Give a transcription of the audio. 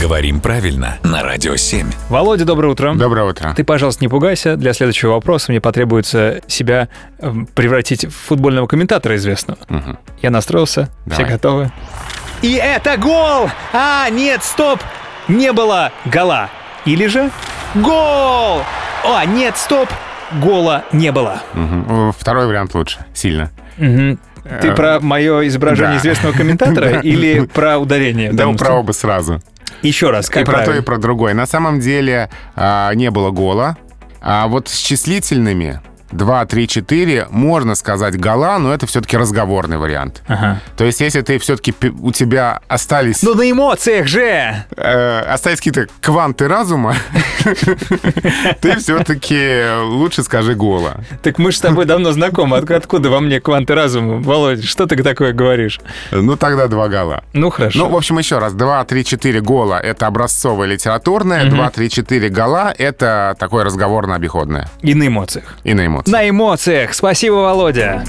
Говорим правильно на Радио 7. Володя, доброе утро. Доброе утро. Ты, пожалуйста, не пугайся. Для следующего вопроса мне потребуется себя эм, превратить в футбольного комментатора известного. Я настроился. Все Давай. готовы. И это гол! А, нет, стоп! Не было гола. Или же гол! О, а, нет, стоп! Гола не было. Мгм. Э, Второй вариант лучше. Сильно. Мгм. Ты Э, про мое изображение да. известного комментатора Да. или про ударение? в Да, данном про оба сразу. случае? Еще раз, И ну как про то, и правильно? про другое. На самом деле а, не было гола. А вот с числительными 2, 3, 4 можно сказать гола, но это все-таки разговорный вариант. Ага. То есть, если ты все-таки у тебя остались, Ну на эмоциях же! э, остались какие-то кванты разума, ты все-таки лучше скажи гола. Так мы же с тобой давно знакомы. Отк- Откуда во мне кванты разума? Володь, что ты такое говоришь? Ну, тогда два гола. Ну хорошо. Ну, в общем, еще раз. 2, 3, 4 гола — это образцовое литературное. 2, 3, 4 гола — это такое разговорно-обиходное. Ну, И на эмоциях. И на эмоции. На эмоциях! Спасибо, Володя!